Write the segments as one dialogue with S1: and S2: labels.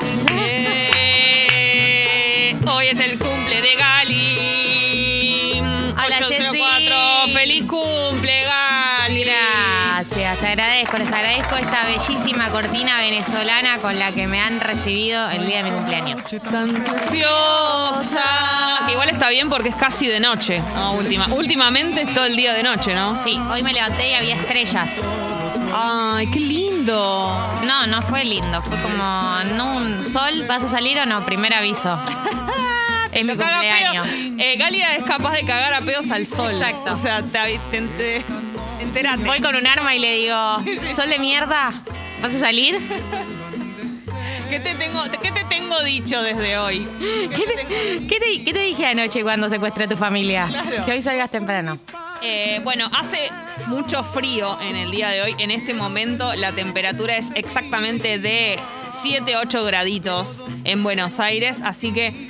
S1: Eh, hoy es el cumple de Gali.
S2: Hola,
S1: 804.
S2: Jessy.
S1: Feliz cumple, Gali.
S2: Gracias, te agradezco, les agradezco esta bellísima cortina venezolana con la que me han recibido el día de mi cumpleaños.
S1: Ansiosa. Que igual está bien porque es casi de noche. ¿no? Última. Últimamente es todo el día de noche, ¿no?
S2: Sí, hoy me levanté y había estrellas.
S1: Ay, qué lindo.
S2: No, no fue lindo, fue como, no, un sol, ¿vas a salir o no? Primer aviso. es mi
S1: Caga
S2: cumpleaños.
S1: pedos. Eh, Galia es capaz de cagar a pedos al sol.
S2: Exacto.
S1: O sea, te, avi- te, te- enterate.
S2: Voy con un arma y le digo, sol de mierda, ¿vas a salir?
S1: ¿Qué te, tengo, ¿Qué te tengo dicho desde hoy? ¿Qué
S2: ¿Qué te, qué te- qué te dije anoche cuando secuestré a tu familia?
S1: Claro.
S2: Que hoy salgas temprano.
S1: Eh, bueno, hace mucho frío en el día de hoy. En este momento la temperatura es exactamente de 7, 8 graditos en Buenos Aires. Así que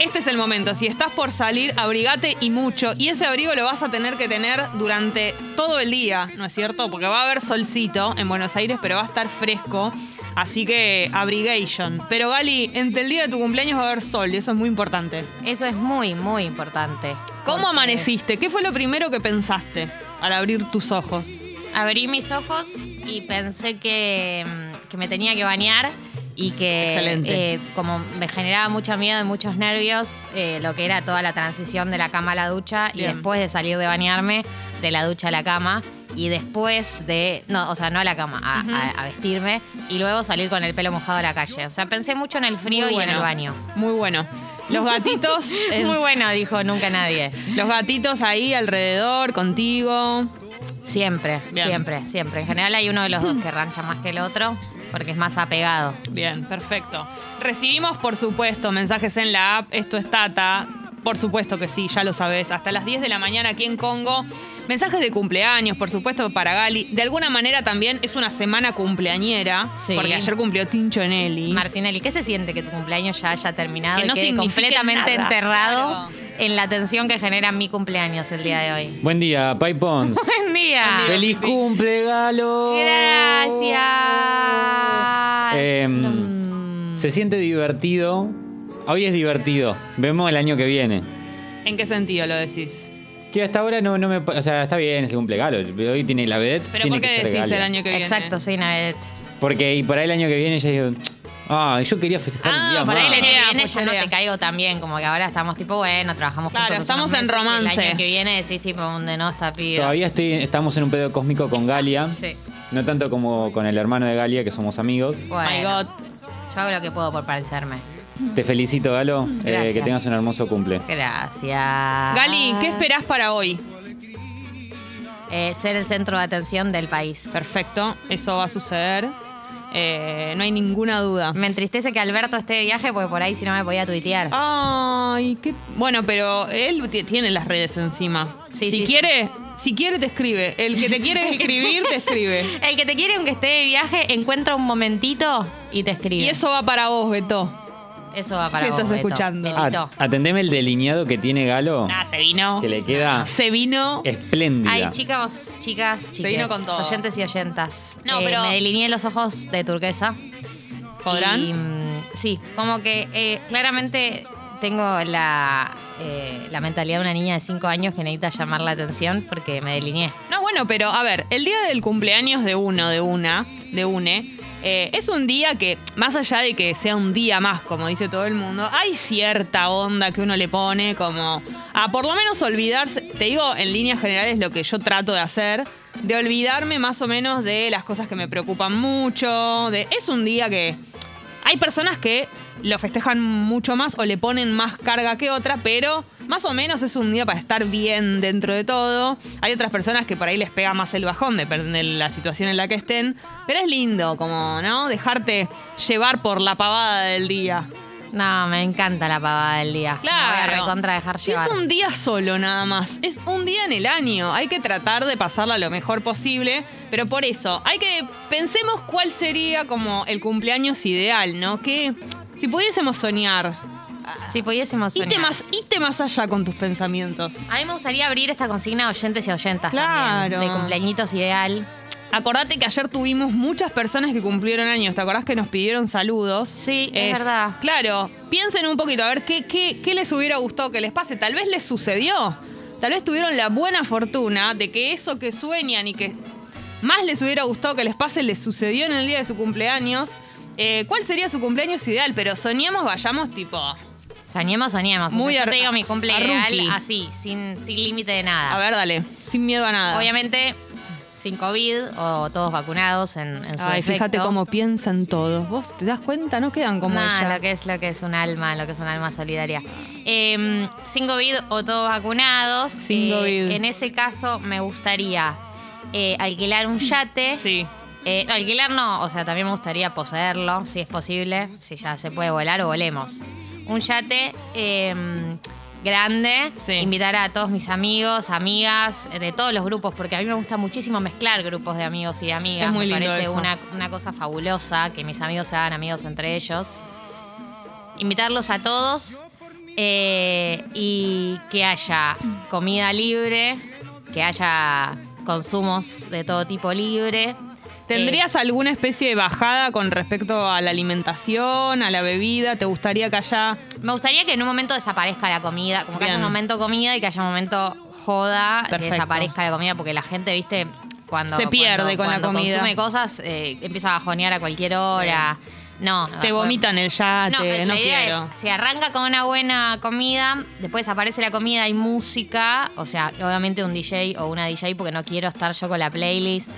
S1: este es el momento. Si estás por salir, abrigate y mucho. Y ese abrigo lo vas a tener que tener durante todo el día, ¿no es cierto? Porque va a haber solcito en Buenos Aires, pero va a estar fresco. Así que abrigation. Pero Gali, entre el día de tu cumpleaños va a haber sol y eso es muy importante.
S2: Eso es muy, muy importante.
S1: ¿Cómo
S2: Porque
S1: amaneciste? ¿Qué fue lo primero que pensaste al abrir tus ojos?
S2: Abrí mis ojos y pensé que, mm, que me tenía que bañar y que
S1: Excelente.
S2: eh, como me generaba mucho miedo y muchos nervios eh, lo que era toda la transición de la cama a la ducha
S1: Bien.
S2: y después de salir de bañarme de la ducha a la cama y después de no o sea no a la cama a, a- a vestirme y luego salir con el pelo mojado a la calle o sea pensé mucho en el frío y en el baño
S1: Muy bueno. Los gatitos. en-
S2: muy bueno dijo nunca nadie
S1: Los gatitos ahí alrededor, contigo.
S2: Siempre,
S1: Bien.
S2: siempre, siempre. En general hay uno de los dos que rancha más que el otro porque es más apegado.
S1: Bien, perfecto. Recibimos, por supuesto, mensajes en la app. Esto es Tata. Por supuesto que sí, ya lo sabes. Hasta las 10 de la mañana aquí en Congo. Mensajes de cumpleaños, por supuesto, para Gali. De alguna manera también es una semana cumpleañera.
S2: Sí.
S1: Porque ayer cumplió Tincho Nelly.
S2: Martinelli, ¿qué se siente que tu cumpleaños ya haya terminado
S1: Que
S2: y
S1: no
S2: quede
S1: signifique
S2: completamente
S1: nada,
S2: enterrado
S1: claro.
S2: en la tensión que genera mi cumpleaños el día de hoy?
S3: Buen día, Pai Pons.
S2: Buen
S1: Ah,
S2: día.
S3: ¡Feliz cumple, Galo!
S2: Gracias. Mm.
S3: Em, se siente divertido. Hoy es divertido. Vemos el año que viene.
S1: ¿En qué sentido lo decís?
S3: Que hasta ahora no, no me. O sea, está bien, es el cumple Galo. Hoy tiene la vedette.
S1: ¿Pero
S3: tiene
S1: por qué
S3: que ser
S1: decís
S3: Galo.
S1: el año que viene?
S2: Exacto, soy Navet.
S3: Porque y por ahí el año que viene ya digo. Ah, yo quería festejar
S1: Ah,
S3: un día
S1: por ahí
S3: más".
S2: El año que
S1: Follerea,
S2: viene ya no
S1: follerea.
S2: te caigo tan bien, como que ahora estamos tipo, bueno, trabajamos
S1: Claro,
S2: juntos.
S1: estamos
S2: unos
S1: en
S2: meses y
S1: romance.
S2: El año que viene decís tipo, ¿dónde no está pibe?
S3: Todavía estoy, estamos en un pedo cósmico con Galia.
S2: Sí.
S3: No tanto como con el hermano de Galia, que somos amigos.
S1: Oh My
S2: Bueno,
S1: God.
S2: yo hago lo que puedo por parecerme.
S3: Te felicito, Galo. eh,
S2: Gracias.
S3: que tengas un hermoso cumple.
S2: Gracias.
S1: Gali, ¿qué esperás para hoy?
S2: Eh, ser el centro de atención del país.
S1: Perfecto, eso va a suceder. Eh, no hay ninguna duda.
S2: Me entristece que Alberto esté de viaje porque por ahí si no me podía tuitear.
S1: Ay, qué. Bueno, pero él ti- tiene las redes encima.
S2: Sí,
S1: si
S2: sí,
S1: quiere, si quiere te escribe. El que te quiere escribir te escribe.
S2: El que te quiere, aunque esté de viaje, encuentra un momentito y te escribe.
S1: Y eso va para vos, Beto.
S2: Eso va para
S1: Sí,
S2: vos,
S1: estás
S2: Beto.
S1: escuchando.
S3: Ah,
S2: Belito.
S3: atendeme el delineado que tiene Galo.
S1: Ah, se vino.
S3: Que le queda
S1: Se vino.
S3: espléndida.
S2: Ay, chicos, chicas,
S1: Se vino
S2: chicas,
S1: con todo.
S2: oyentes y oyentas. Eh,
S1: No, pero-
S2: Me delineé los ojos de turquesa.
S1: ¿Podrán?
S2: Y, mm, sí, como que eh, claramente tengo la, eh, la mentalidad de una niña de 5 años que necesita llamar la atención porque me delineé.
S1: No, bueno, pero a ver, el día del cumpleaños de uno, de una, de une, eh, es un día que, más allá de que sea un día más, como dice todo el mundo, hay cierta onda que uno le pone como a por lo menos olvidarse, te digo en líneas generales lo que yo trato de hacer, de olvidarme más o menos de las cosas que me preocupan mucho, de, es un día que hay personas que lo festejan mucho más o le ponen más carga que otra, pero más o menos es un día para estar bien dentro de todo. Hay otras personas que por ahí les pega más el bajón, depende de la situación en la que estén. Pero es lindo, como, ¿no? Dejarte llevar por la pavada del día.
S2: No, me encanta la pavada del día. Me voy a recontra dejar
S1: Si
S2: llevar.
S1: Es un día solo nada más. Es un día en el año. Hay que tratar de pasarla lo mejor posible. Pero por eso, hay que. Pensemos cuál sería como el cumpleaños ideal, ¿no? Que si pudiésemos soñar.
S2: Si pudiésemos soñar.
S1: Ite más, ite más allá con tus pensamientos.
S2: A mí me gustaría abrir esta consigna oyentes y oyentas
S1: Claro.
S2: también, de cumpleañitos ideal.
S1: Acordate que ayer tuvimos muchas personas que cumplieron años. ¿Te acordás que nos pidieron saludos?
S2: Sí, es verdad.
S1: Claro, piensen un poquito, a ver qué, qué, qué les hubiera gustado que les pase. Tal vez les sucedió. Tal vez tuvieron la buena fortuna de que eso que sueñan y que más les hubiera gustado que les pase les sucedió en el día de su cumpleaños. Eh, ¿Cuál sería su cumpleaños ideal? Pero soñemos, vayamos tipo.
S2: Soñemos, soñemos.
S1: Muy
S2: Muy
S1: ar-
S2: yo te digo mi cumple
S1: a
S2: ideal
S1: rookie.
S2: así, sin, sin límite de nada.
S1: A ver, dale, sin miedo a nada.
S2: Obviamente, sin COVID o todos vacunados en, en su
S1: Ay, fíjate
S2: defecto.
S1: cómo piensan todos. ¿Vos te das cuenta? No quedan como
S2: Nah,
S1: ella.
S2: lo que es lo que es un alma, lo que es un alma solidaria. Eh, sin COVID o todos vacunados.
S1: Sin
S2: eh,
S1: COVID.
S2: En ese caso me gustaría eh, alquilar un yate.
S1: Sí.
S2: Eh, no, alquilar no, o sea, también me gustaría poseerlo, si es posible, si ya se puede volar o volemos. Un yate eh, grande,
S1: Sí.
S2: invitar a todos mis amigos, amigas, eh, de todos los grupos, porque a mí me gusta muchísimo mezclar grupos de amigos y de amigas.
S1: Es muy
S2: me
S1: lindo
S2: parece
S1: eso.
S2: Una, una cosa fabulosa, que mis amigos se hagan amigos entre ellos. Invitarlos a todos eh, y que haya comida libre, que haya consumos de todo tipo libre.
S1: ¿Tendrías
S2: Eh.
S1: alguna especie de bajada con respecto a la alimentación, a la bebida? ¿Te gustaría que haya
S2: Eh, me gustaría que en un momento desaparezca la comida, como que haya
S1: Bien.
S2: un momento comida y que haya un momento joda, que
S1: Perfecto.
S2: desaparezca la comida, porque la gente, viste, cuando
S1: Se pierde
S2: cuando-
S1: con la
S2: cuando
S1: comida.
S2: consume cosas, eh, empieza a bajonear a cualquier hora. No,
S1: te
S2: bajo-
S1: vomitan el yate?
S2: No, eh,
S1: No,
S2: la idea
S1: quiero.
S2: es, se arranca con una buena comida, después aparece la comida, hay música, o sea, obviamente un DJ o una DJ, porque no quiero estar yo con la playlist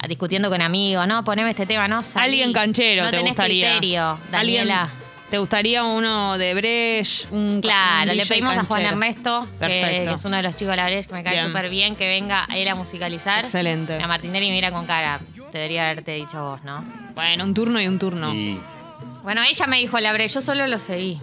S2: ah, discutiendo con amigos, no, poneme este tema, no, salí.
S1: Alguien canchero
S2: no
S1: te
S2: tenés
S1: gustaría.
S2: criterio,
S1: Alguien-
S2: Daniela.
S1: ¿Te gustaría uno de Brecht? Un,
S2: Claro,
S1: un
S2: le
S1: DJ
S2: pedimos a Juan
S1: canchero?
S2: Ernesto, que,
S1: Perfecto.
S2: que es uno de los chicos de la Breche que me cae
S1: Bien.
S2: súper bien, que venga él a musicalizar.
S1: Excelente.
S2: A Martinelli me mira con cara, te debería haberte dicho vos, ¿no?
S1: Bueno, un turno y un turno.
S3: Y
S2: Bueno, ella me dijo la Breche, yo solo lo seguí.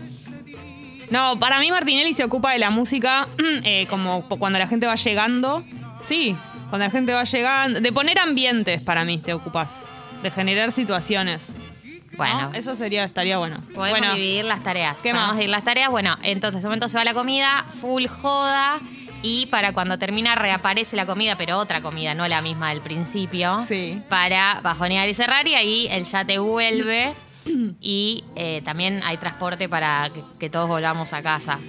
S1: No, para mí Martinelli se ocupa de la música eh, como po- cuando la gente va llegando. Sí, cuando la gente va llegando. De poner ambientes para mí te ocupas. De generar situaciones. ¿no?
S2: Bueno,
S1: Eso sería, estaría bueno.
S2: Podemos
S1: bueno,
S2: dividir las tareas.
S1: ¿Qué
S2: Podemos
S1: más?
S2: dividir las tareas. Bueno, entonces, de momento se va la comida, full joda. Y para cuando termina reaparece la comida, pero otra comida, no la misma del principio.
S1: Sí.
S2: Para bajonear y cerrar y ahí el yate vuelve. Y eh, también hay transporte para que, que todos volvamos a casa.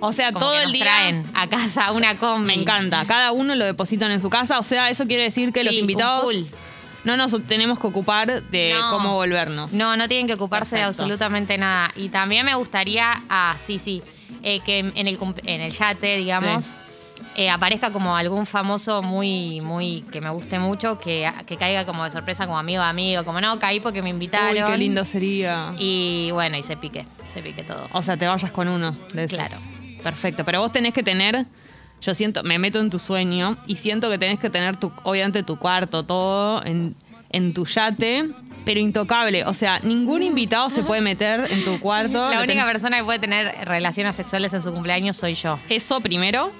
S1: O sea,
S2: Como
S1: todo
S2: que
S1: el
S2: nos
S1: día.
S2: traen a casa una combi.
S1: Me encanta. Cada uno lo depositan en su casa. O sea, eso quiere decir que
S2: Sí,
S1: los invitados
S2: un pool.
S1: no nos tenemos que ocupar de
S2: No.
S1: cómo volvernos.
S2: No, no tienen que ocuparse
S1: Perfecto.
S2: de absolutamente nada. Y también me gustaría, ah, sí, sí, eh, que en el, cum- en el yate, digamos,
S1: Sí.
S2: eh, aparezca como algún famoso muy, muy, que me guste mucho, que, que caiga como de sorpresa, como amigo de amigo, como no, caí porque me
S1: Uy,
S2: invitaron.
S1: qué lindo sería.
S2: Y bueno, y se pique, se pique todo.
S1: O sea, te vayas con uno de esos.
S2: Claro.
S1: Perfecto. Pero vos tenés que tener. Yo siento, me meto en tu sueño y siento que tenés que tener tu, obviamente tu cuarto, todo en, en tu yate, pero intocable. O sea, ningún invitado se puede meter en tu cuarto.
S2: La
S1: Lo
S2: única
S1: ten-
S2: persona que puede tener relaciones sexuales en su cumpleaños soy yo.
S1: Eso primero.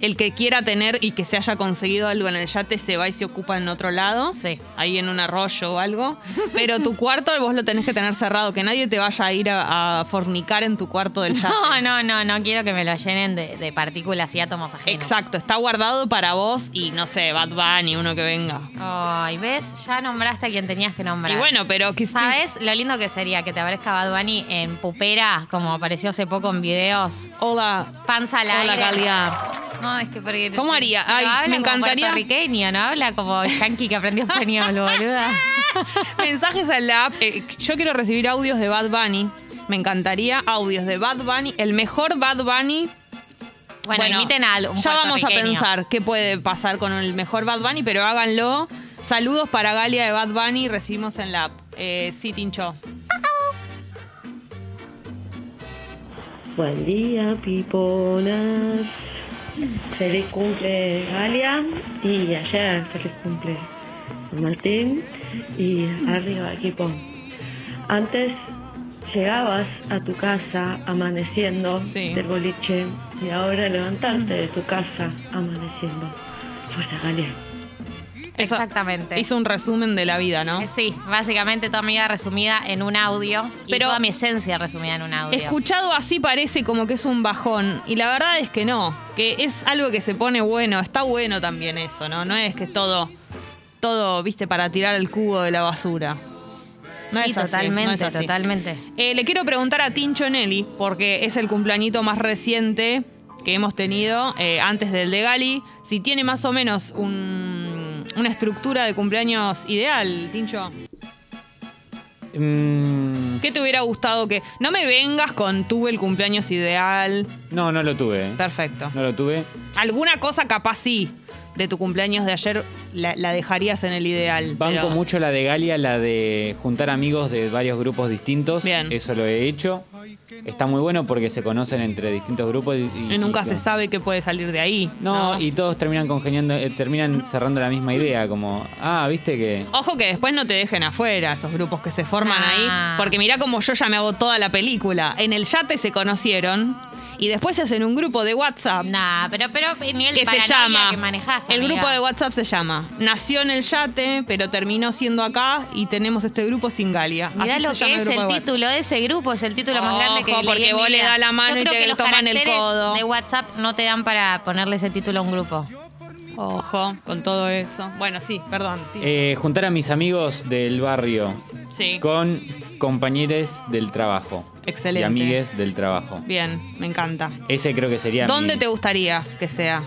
S1: El que quiera tener y que se haya conseguido algo en el yate se va y se ocupa en otro lado.
S2: Sí.
S1: Ahí en un arroyo o algo. Pero tu cuarto vos lo tenés que tener cerrado, que nadie te vaya a ir a, a fornicar en tu cuarto del yate.
S2: No, no, no, no quiero que me lo llenen de, de partículas y átomos ajenos.
S1: Exacto, está guardado para vos y no sé, Bad Bunny, uno que venga.
S2: Ay, ¿ves? Ya nombraste a quien tenías que nombrar.
S1: Y bueno, pero quizás.
S2: ¿Sabes lo lindo que sería que te aparezca Bad Bunny en pupera, como apareció hace poco en videos?
S1: Hola.
S2: Panza al
S1: Hola,
S2: aire.
S1: Galia.
S2: No, es que porque.
S1: ¿Cómo haría?
S2: pero
S1: Ay,
S2: habla
S1: me
S2: como
S1: encantaría.
S2: puertorriqueño, ¿no? Habla como yankee que aprendió español, boluda.
S1: Mensajes a la app. Eh, yo quiero recibir audios de Bad Bunny. Me encantaría audios de Bad Bunny, el mejor Bad Bunny.
S2: Bueno, inviten a un
S1: Ya vamos a
S2: puertorriqueño.
S1: pensar qué puede pasar con el mejor Bad Bunny, pero háganlo. Saludos para Galia de Bad Bunny, recibimos en la app. Eh, sí, Tincho.
S4: Buen día, piponas. Feliz cumple, Galia. Y ayer, feliz cumple, Martín. Y arriba, equipo. Antes llegabas a tu casa amaneciendo
S1: Sí.
S4: del boliche y ahora levantarte de tu casa amaneciendo. Fuerza, Galia.
S1: Eso
S2: Exactamente.
S1: Hizo un resumen de la vida, ¿no?
S2: Eh, Sí, básicamente toda mi vida resumida en un audio.
S1: Pero-
S2: Pero toda mi esencia resumida en un audio.
S1: Escuchado así parece como que es un bajón. Y la verdad es que no. Que es algo que se pone bueno. Está bueno también eso, ¿no? No es que es todo todo, viste, para tirar el cubo de la basura. No
S2: sí,
S1: es así,
S2: totalmente,
S1: no es así.
S2: totalmente.
S1: Eh, le quiero preguntar a Tincho Nelly, porque es el cumpleañito más reciente que hemos tenido eh, antes del de Gali, si tiene más o menos un- una estructura de cumpleaños ideal, Tincho.
S3: Mm,
S1: ¿Qué te hubiera gustado que.? No me vengas con tuve el cumpleaños ideal.
S3: no, no lo tuve. eh.
S1: Perfecto.
S3: No lo tuve.
S1: Alguna cosa capaz sí de tu cumpleaños de ayer la, la dejarías en el ideal.
S3: Banco
S1: pero-
S3: mucho la de Galia, la de juntar amigos de varios grupos distintos.
S1: Bien.
S3: Eso lo he hecho. Está muy bueno porque se conocen entre distintos grupos y, y-
S1: Y nunca
S3: y-
S1: se sabe qué puede salir de ahí.
S3: No, y todos terminan congeniando, eh, terminan cerrando la misma idea, como, ah, viste que.
S1: Ojo que después no te dejen afuera esos grupos que se forman
S2: Ah.
S1: ahí, porque mirá como yo ya me hago toda la película. En el yate se conocieron y después se hacen un grupo de WhatsApp
S2: Nah, pero, pero el nivel
S1: que
S2: de
S1: se
S2: paranoia
S1: llama...
S2: que manejás,
S1: el
S2: amiga.
S1: grupo de WhatsApp se llama Nació en el yate, pero terminó siendo acá y tenemos este grupo sin Galia.
S2: Mirá
S1: Así
S2: lo
S1: se
S2: que
S1: llama
S2: es
S1: grupo
S2: el
S1: de WhatsApp.
S2: título de ese grupo, es el título más grande que
S1: Ojo,
S2: leí
S1: porque
S2: en mi
S1: vos le
S2: vida.
S1: das la mano
S2: Yo
S1: y
S2: creo
S1: te
S2: que los
S1: toman el
S2: caracteres
S1: codo.
S2: de WhatsApp no te dan para ponerle ese título a un grupo.
S1: Ojo con todo eso. Bueno, sí, perdón. Tincho.
S3: eh, juntar a mis amigos del barrio
S1: sí.
S3: con compañeros del trabajo.
S1: Excelente.
S3: Y amigues del trabajo.
S1: Bien, me encanta.
S3: Ese creo que sería.
S1: ¿Dónde
S3: mi-
S1: te gustaría que sea?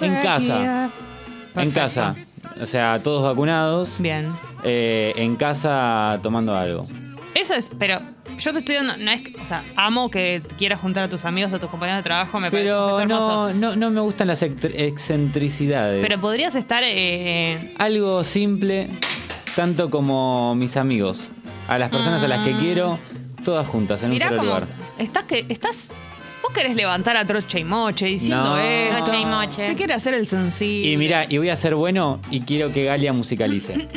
S3: En casa. En
S1: Perfecto.
S3: casa. O sea, todos vacunados.
S1: Bien.
S3: eh, en casa tomando algo.
S1: Eso es, pero yo te estoy dando, no es, que- o sea, amo que quieras juntar a tus amigos, a tus compañeros de trabajo, me parece un
S3: Pero
S1: gesto hermoso.
S3: no, no, no me gustan las ex- excentricidades.
S1: Pero podrías estar, eh,
S3: Algo simple, tanto como mis amigos. A las personas a las que quiero, todas juntas, en un
S1: Mm. mirá
S3: solo
S1: como,
S3: lugar.
S1: estás que, estás, vos querés levantar a Troche y Moche diciendo
S3: No.
S1: esto.
S2: Troche y Moche.
S1: Se quiere hacer el sencillo.
S3: Y mira, y voy a ser bueno y quiero que Galia musicalice.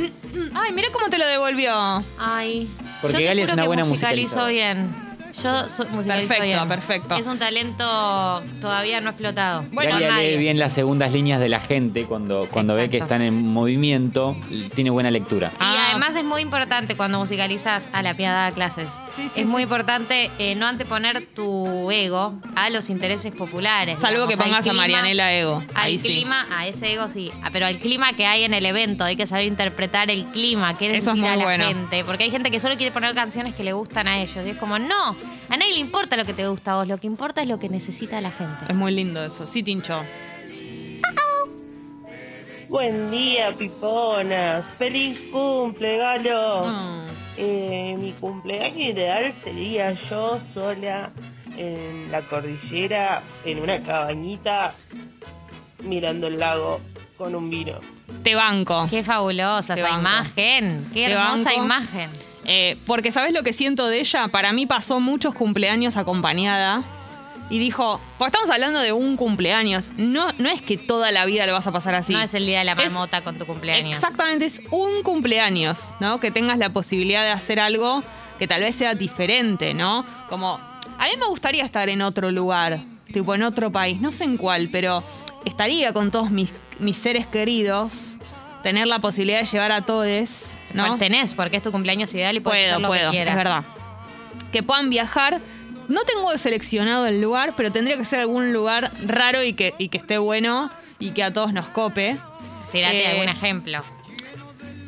S1: Ay, mira cómo te lo devolvió.
S2: Ay.
S3: Porque
S2: Yo te
S3: Gali es
S2: juro
S3: una
S2: que
S3: buena
S2: musicalizo
S3: musicalizadora.
S2: bien. Yo so- musicalizo
S1: Perfecto,
S2: bien.
S1: perfecto.
S2: Es un talento todavía no explotado.
S1: Bueno,
S2: por
S3: Galia
S2: nadie.
S3: lee bien las segundas líneas de la gente cuando, cuando ve que
S2: Exacto.
S3: están en movimiento, tiene buena lectura.
S2: Y
S1: Ah.
S2: además es muy importante cuando musicalizas a la piada clases.
S1: Sí, sí,
S2: es muy
S1: sí.
S2: importante eh, no anteponer tu ego a los intereses populares.
S1: Salvo
S2: digamos.
S1: que pongas
S2: Hay
S1: a
S2: clima-
S1: Marianela Ego.
S2: Al
S1: Ahí sí.
S2: clima, a ese ego sí, Ah, pero al clima que hay en el evento, hay que saber interpretar el clima, qué
S1: Eso es
S2: necesita
S1: muy
S2: la
S1: bueno.
S2: gente, porque hay gente que solo quiere poner canciones que le gustan a ellos, y es como, no, a nadie le importa lo que te gusta a vos, lo que importa es lo que necesita la gente.
S1: Es muy lindo eso. Sí, Tincho.
S4: Buen día, piponas. Feliz cumple, galo.
S2: Oh.
S1: Ah.
S4: Eh, mi cumpleaños ideal sería yo sola en la cordillera, en una cabañita, mirando el lago con un vino.
S1: Te banco.
S2: Qué fabulosa
S1: Te
S2: esa
S1: banco.
S2: imagen, qué
S1: Te
S2: hermosa
S1: banco.
S2: imagen.
S1: Eh, porque sabes lo que siento de ella, para mí pasó muchos cumpleaños acompañada y dijo, pues estamos hablando de un cumpleaños, no, no es que toda la vida lo vas a pasar así.
S2: No es el día de la
S1: Es-
S2: marmota con tu cumpleaños.
S1: Exactamente, es un cumpleaños, ¿no? Que tengas la posibilidad de hacer algo que tal vez sea diferente, ¿no? Como, a mí me gustaría estar en otro lugar, tipo en otro país, no sé en cuál, pero estaría con todos mis, mis seres queridos, tener la posibilidad de llevar a todos, ¿no?
S2: Bueno, Tenés, porque es tu cumpleaños ideal y puedes
S1: Puedo,
S2: hacer lo
S1: puedo,
S2: que
S1: es
S2: quieras.
S1: verdad. Que puedan viajar. No tengo seleccionado el lugar, pero tendría que ser algún lugar raro y que, y que esté bueno y que a todos nos cope.
S2: Tirate
S1: Eh,
S2: algún ejemplo.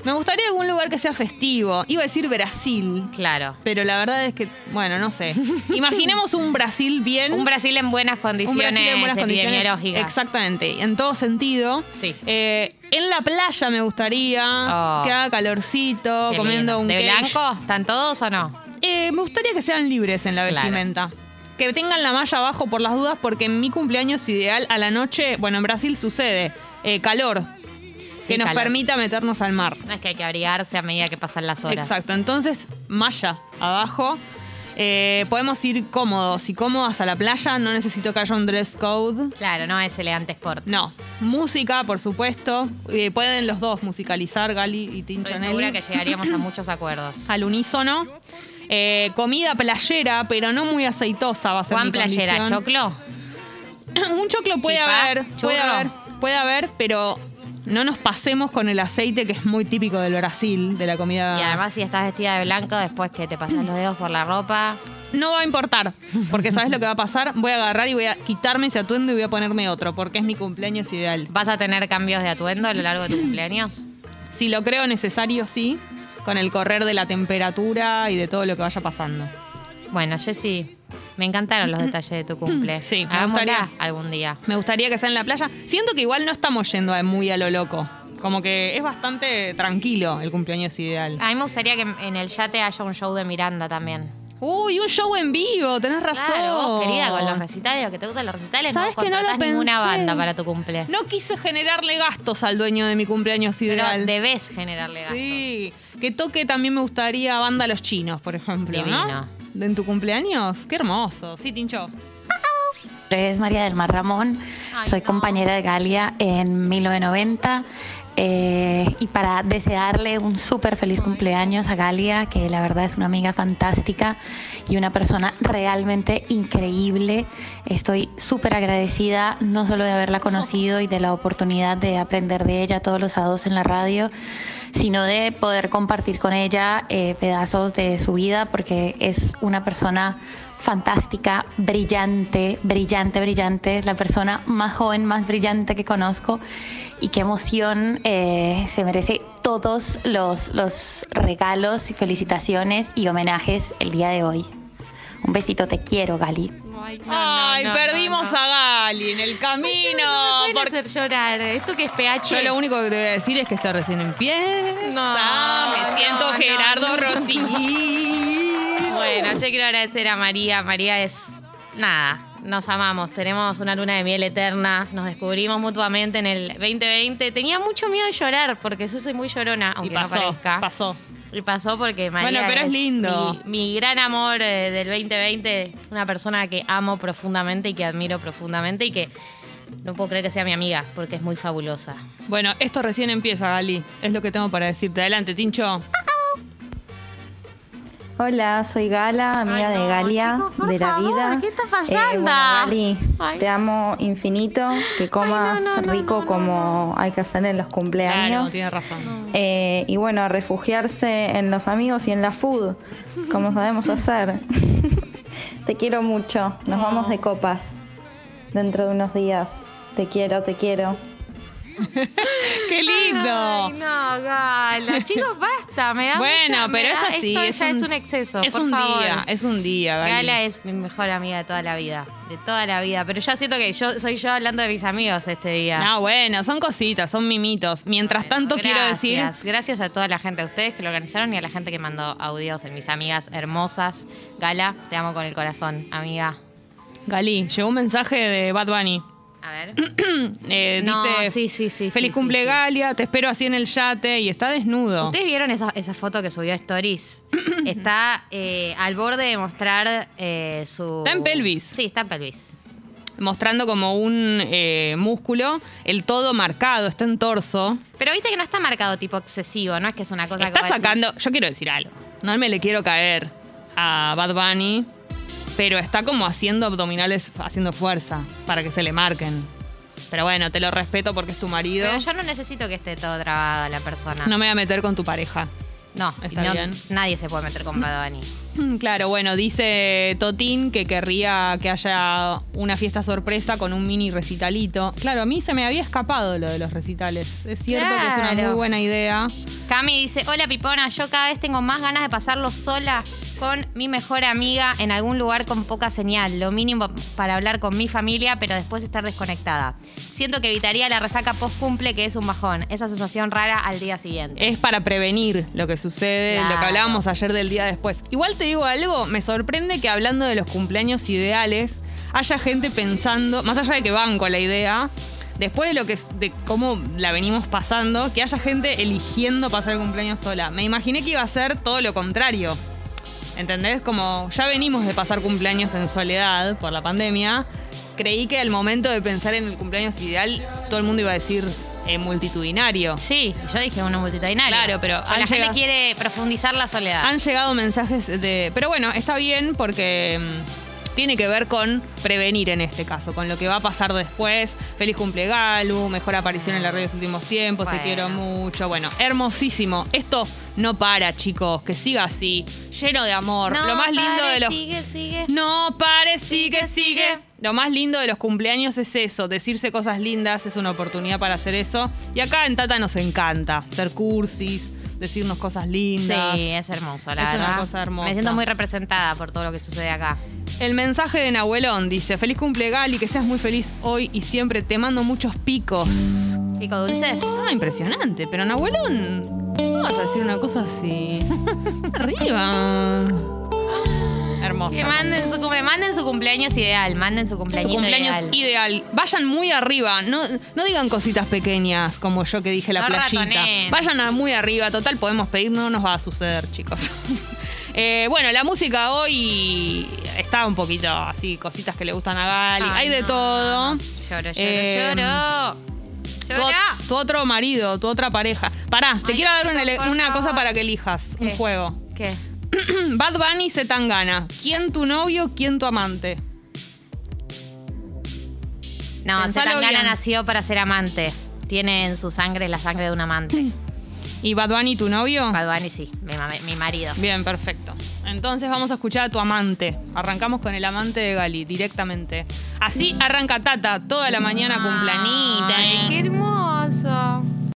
S1: Me gustaría algún lugar que sea festivo. Iba a decir Brasil,
S2: Claro.
S1: pero la verdad es que, bueno, no sé. Imaginemos un Brasil bien.
S2: Un Brasil en buenas
S1: un
S2: condiciones,
S1: Brasil en buenas condiciones.
S2: epidemiológicas.
S1: Exactamente, en todo sentido.
S2: Sí.
S1: Eh, en la playa me gustaría
S2: Oh.
S1: que haga calorcito,
S2: Qué
S1: Oh, comiendo
S2: lindo.
S1: un
S2: ¿De
S1: quiche.
S2: blanco? ¿Están todos o no?
S1: Eh, me gustaría que sean libres en la
S2: Claro.
S1: vestimenta. Que tengan la malla abajo por las dudas, porque en mi cumpleaños ideal a la noche, bueno, en Brasil sucede, eh, calor,
S2: Sí,
S1: que nos
S2: calor.
S1: permita meternos al mar.
S2: No es que hay que abrigarse a medida que pasan las horas.
S1: Exacto, entonces malla abajo. Eh, podemos ir cómodos y cómodas a la playa, no necesito que haya un dress code.
S2: Claro, no es elegante sport.
S1: No, música, por supuesto. Eh, pueden los dos musicalizar, Gali y Tincho
S2: Estoy
S1: Nelly.
S2: segura que llegaríamos a muchos acuerdos.
S1: al unísono. Eh, comida playera, pero no muy aceitosa va a ser
S2: Juan
S1: mi
S2: Playera,
S1: condición.
S2: choclo.
S1: Un choclo puede
S2: Chipá,
S1: haber, puede
S2: churro.
S1: haber, puede haber, pero No nos pasemos con el aceite que es muy típico del Brasil, de la comida.
S2: Y además, si estás vestida de blanco, después que te pasas los dedos por la ropa.
S1: no va a importar, porque ¿sabes lo que va a pasar? Voy a agarrar y voy a quitarme ese atuendo y voy a ponerme otro, porque es mi cumpleaños ideal.
S2: ¿Vas a tener cambios de atuendo a lo largo de tu cumpleaños?
S1: Si lo creo necesario, sí, con el correr de la temperatura y de todo lo que vaya pasando.
S2: Bueno, Jessy, me encantaron los detalles de tu cumple.
S1: Sí, me
S2: Hagámosla
S1: gustaría.
S2: algún día.
S1: Me gustaría que sea en la playa. Siento que igual no estamos yendo a- muy a lo loco. Como que es bastante tranquilo el cumpleaños ideal.
S2: A mí me gustaría que en el yate haya un show de Miranda también.
S1: Uy, un show en vivo, tenés razón.
S2: Claro, vos, querida, con los recitales, que te gustan los recitales,
S1: Sabes
S2: no
S1: que no lo
S2: contratás ninguna
S1: pensé.
S2: banda para tu cumple.
S1: No quise generarle gastos al dueño de mi cumpleaños
S2: pero
S1: ideal.
S2: debes generarle gastos.
S1: Sí, que toque también me gustaría banda Los Chinos, por ejemplo.
S2: Divino.
S1: ¿no? ¿En tu cumpleaños? Qué hermoso. Sí, Tincho.
S5: Es María del Mar Ramón,
S2: Ay,
S5: soy
S2: no.
S5: compañera de Galia en 1990 eh, y para desearle un súper feliz cumpleaños a Galia, que la verdad es una amiga fantástica y una persona realmente increíble. Estoy súper agradecida no solo de haberla conocido y de la oportunidad de aprender de ella todos los sábados en la radio, sino de poder compartir con ella eh, pedazos de su vida porque es una persona fantástica, brillante, brillante, brillante, la persona más joven, más brillante que conozco y qué emoción eh, se merece todos los, los regalos y felicitaciones y homenajes el día de hoy. Un besito, te quiero, Gali.
S1: Ay, perdimos a Gali en el camino.
S6: No, no
S1: porque-
S6: hacer llorar. Esto que es PH.
S1: Yo lo único que te voy a decir es que está recién empieza.
S6: No,
S1: Me siento
S6: no, no,
S1: Gerardo
S6: no, no.
S1: Rossini.
S2: Bueno, yo quiero agradecer a María. María es. Nada, nos amamos. Tenemos una luna de miel eterna. Nos descubrimos mutuamente en el 2020. Tenía mucho miedo de llorar porque yo soy muy llorona,
S1: Y
S2: aunque
S1: pasó,
S2: no parezca.
S1: pasó.
S2: Y pasó porque María
S1: Bueno, pero es lindo.
S2: Mi, mi gran amor eh, del 2020. Una persona que amo profundamente y que admiro profundamente y que no puedo creer que sea mi amiga porque es muy fabulosa.
S1: Bueno, esto recién empieza, Gali. Es lo que tengo para decirte. Adelante, Tincho.
S7: Hola, soy Gala, amiga
S6: Ay, no,
S7: de Galia,
S6: chicos, por
S7: de la
S6: favor,
S7: vida.
S6: ¿qué está
S7: Eh,
S6: pasando?
S7: bueno, Gali,
S6: Ay.
S7: te amo infinito, que comas
S6: no, no,
S7: rico
S6: no, no,
S7: como hay que hacer en los
S1: Claro,
S7: cumpleaños.
S1: tienes razón.
S7: Eh, y bueno, a refugiarse en los amigos y en la food, como sabemos hacer. te quiero mucho, nos vamos de copas dentro de unos días. Te quiero, te quiero.
S1: ¡Qué lindo!
S6: Ay, no, Gala. Chicos, basta. Me da
S1: Bueno,
S6: mucha- me
S1: pero es
S6: da-
S1: así.
S6: Esto
S1: es
S6: ya
S1: un,
S6: es un exceso.
S1: Es
S6: por
S1: un
S6: favor.
S1: día, es un día, Gali.
S2: Gala es mi mejor amiga de toda la vida. De toda la vida. Pero ya siento que yo soy yo hablando de mis amigos este día.
S1: Ah, bueno, son cositas, son mimitos. Mientras tanto,
S2: Bueno,
S1: quiero decir.
S2: gracias. Gracias a toda la gente, a ustedes que lo organizaron y a la gente que mandó audios en mis amigas hermosas. Gala, te amo con el corazón, amiga.
S1: Gali, llegó un mensaje de Bad Bunny.
S2: A ver.
S1: Eh,
S2: No,
S1: dice:
S2: sí, sí, sí,
S1: Feliz
S2: sí,
S1: cumple,
S2: sí, sí.
S1: Galia, te espero así en el yate y está desnudo.
S2: ¿Ustedes vieron esa, esa foto que subió a Stories? Está eh, al borde de mostrar eh, su.
S1: Está en pelvis.
S2: Sí, está en pelvis.
S1: Mostrando como un eh, músculo, el todo marcado, está en torso.
S2: Pero viste que no está marcado tipo excesivo, no es que es una cosa que
S1: está
S2: vos decís-
S1: sacando. Yo quiero decir algo. No me le quiero caer a Bad Bunny, pero está como haciendo abdominales, haciendo fuerza para que se le marquen. Pero bueno, te lo respeto porque es tu marido.
S2: Pero yo no necesito que esté todo trabado la persona.
S1: No me voy a meter con tu pareja.
S2: No,
S1: Está
S2: no-
S1: bien.
S2: nadie se puede meter con Bad Bunny.
S1: Mm, Claro, bueno, dice Totín que querría que haya una fiesta sorpresa con un mini recitalito. Claro, a mí se me había escapado lo de los recitales. Es cierto que es una
S2: Claro.
S1: muy buena idea.
S2: Cami dice, hola Pipona, yo cada vez tengo más ganas de pasarlo sola con mi mejor amiga en algún lugar con poca señal, lo mínimo para hablar con mi familia, pero después estar desconectada. Siento que evitaría la resaca post cumple, que es un bajón, esa sensación rara al día siguiente.
S1: Es para prevenir lo que sucede, lo que
S2: Claro.
S1: hablábamos ayer del día después. Igual te digo algo, me sorprende que hablando de los cumpleaños ideales, haya gente pensando, más allá de que banco la idea, después de lo que es- de cómo la venimos pasando, que haya gente eligiendo pasar el cumpleaños sola. Me imaginé que iba a ser todo lo contrario. ¿Entendés? Como ya venimos de pasar cumpleaños en soledad por la pandemia, creí que al momento de pensar en el cumpleaños ideal, todo el mundo iba a decir eh, multitudinario.
S2: Sí, yo dije uno multitudinario.
S1: Claro, pero
S2: Porque la
S1: han llegado-
S2: gente quiere profundizar la soledad.
S1: Han llegado mensajes de. Pero bueno, está bien porque mm, tiene que ver con prevenir en este caso, con lo que va a pasar después. Feliz cumple Galu, mejor aparición en la red de los últimos tiempos, te
S2: Bueno.
S1: quiero mucho. Bueno, hermosísimo. Esto no para, chicos, que siga así, lleno de amor. lo más lindo
S2: pare,
S1: de los
S2: Sigue, sigue.
S1: no pare, sigue,
S2: Sigue,
S1: sigue.
S2: sigue.
S1: Lo más lindo de los cumpleaños es eso, decirse cosas lindas es una oportunidad para hacer eso. Y acá en Tata nos encanta ser cursis, decirnos cosas lindas.
S2: Sí, es hermoso, la
S1: Es una
S2: verdad.
S1: cosa hermosa.
S2: Me siento muy representada por todo lo que sucede acá.
S1: El mensaje de Nahuelón dice, feliz cumple Gali, que seas muy feliz hoy y siempre, te mando muchos picos.
S2: Pico dulces.
S1: Ah, impresionante, pero Nahuelón, ¿cómo vas a decir una cosa así? Arriba. Hermoso.
S2: Que manden su, cumple, manden su cumpleaños ideal, manden su cumpleaños
S1: Su cumpleaños
S2: ideal.
S1: ideal. Vayan muy arriba, no, no digan cositas pequeñas como yo que dije la
S2: No
S1: playita.
S2: ratoneen.
S1: Vayan a muy arriba, total podemos pedir, no nos va a suceder, chicos. Eh, bueno, la música hoy está un poquito así, cositas que le gustan a Gali,
S2: Ay,
S1: hay de
S2: no.
S1: todo.
S2: Lloro, lloro,
S1: Eh,
S2: lloro.
S1: Tu,
S2: Lloro.
S1: tu otro marido, tu otra pareja. Pará, te
S2: Ay,
S1: quiero dar una,
S2: chicos,
S1: ele-
S2: por
S1: una cosa
S2: favor. Eh.
S1: para que elijas, un
S2: ¿Qué?
S1: juego.
S2: ¿Qué?
S1: Bad Bunny se tangana. ¿Quién tu novio, quién tu amante?
S2: No,
S1: Pensalo
S2: Zetangana
S1: bien.
S2: nació para ser amante. Tiene en su sangre la sangre de un amante.
S1: ¿Y Bad Bunny tu novio?
S2: Bad Bunny sí, mi, mame- mi marido.
S1: Bien, perfecto. Entonces vamos a escuchar a tu amante. Arrancamos con el amante de Gali directamente. Así arranca Tata toda la mañana con planita.
S2: Ay, qué